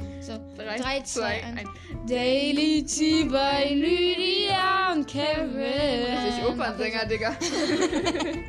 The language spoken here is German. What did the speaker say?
3, Drei, 3 zwei, 2, eins. 1. Daily Tea bei Lydia und Kevin. Ähm, also Richtig Opernsänger, Digga.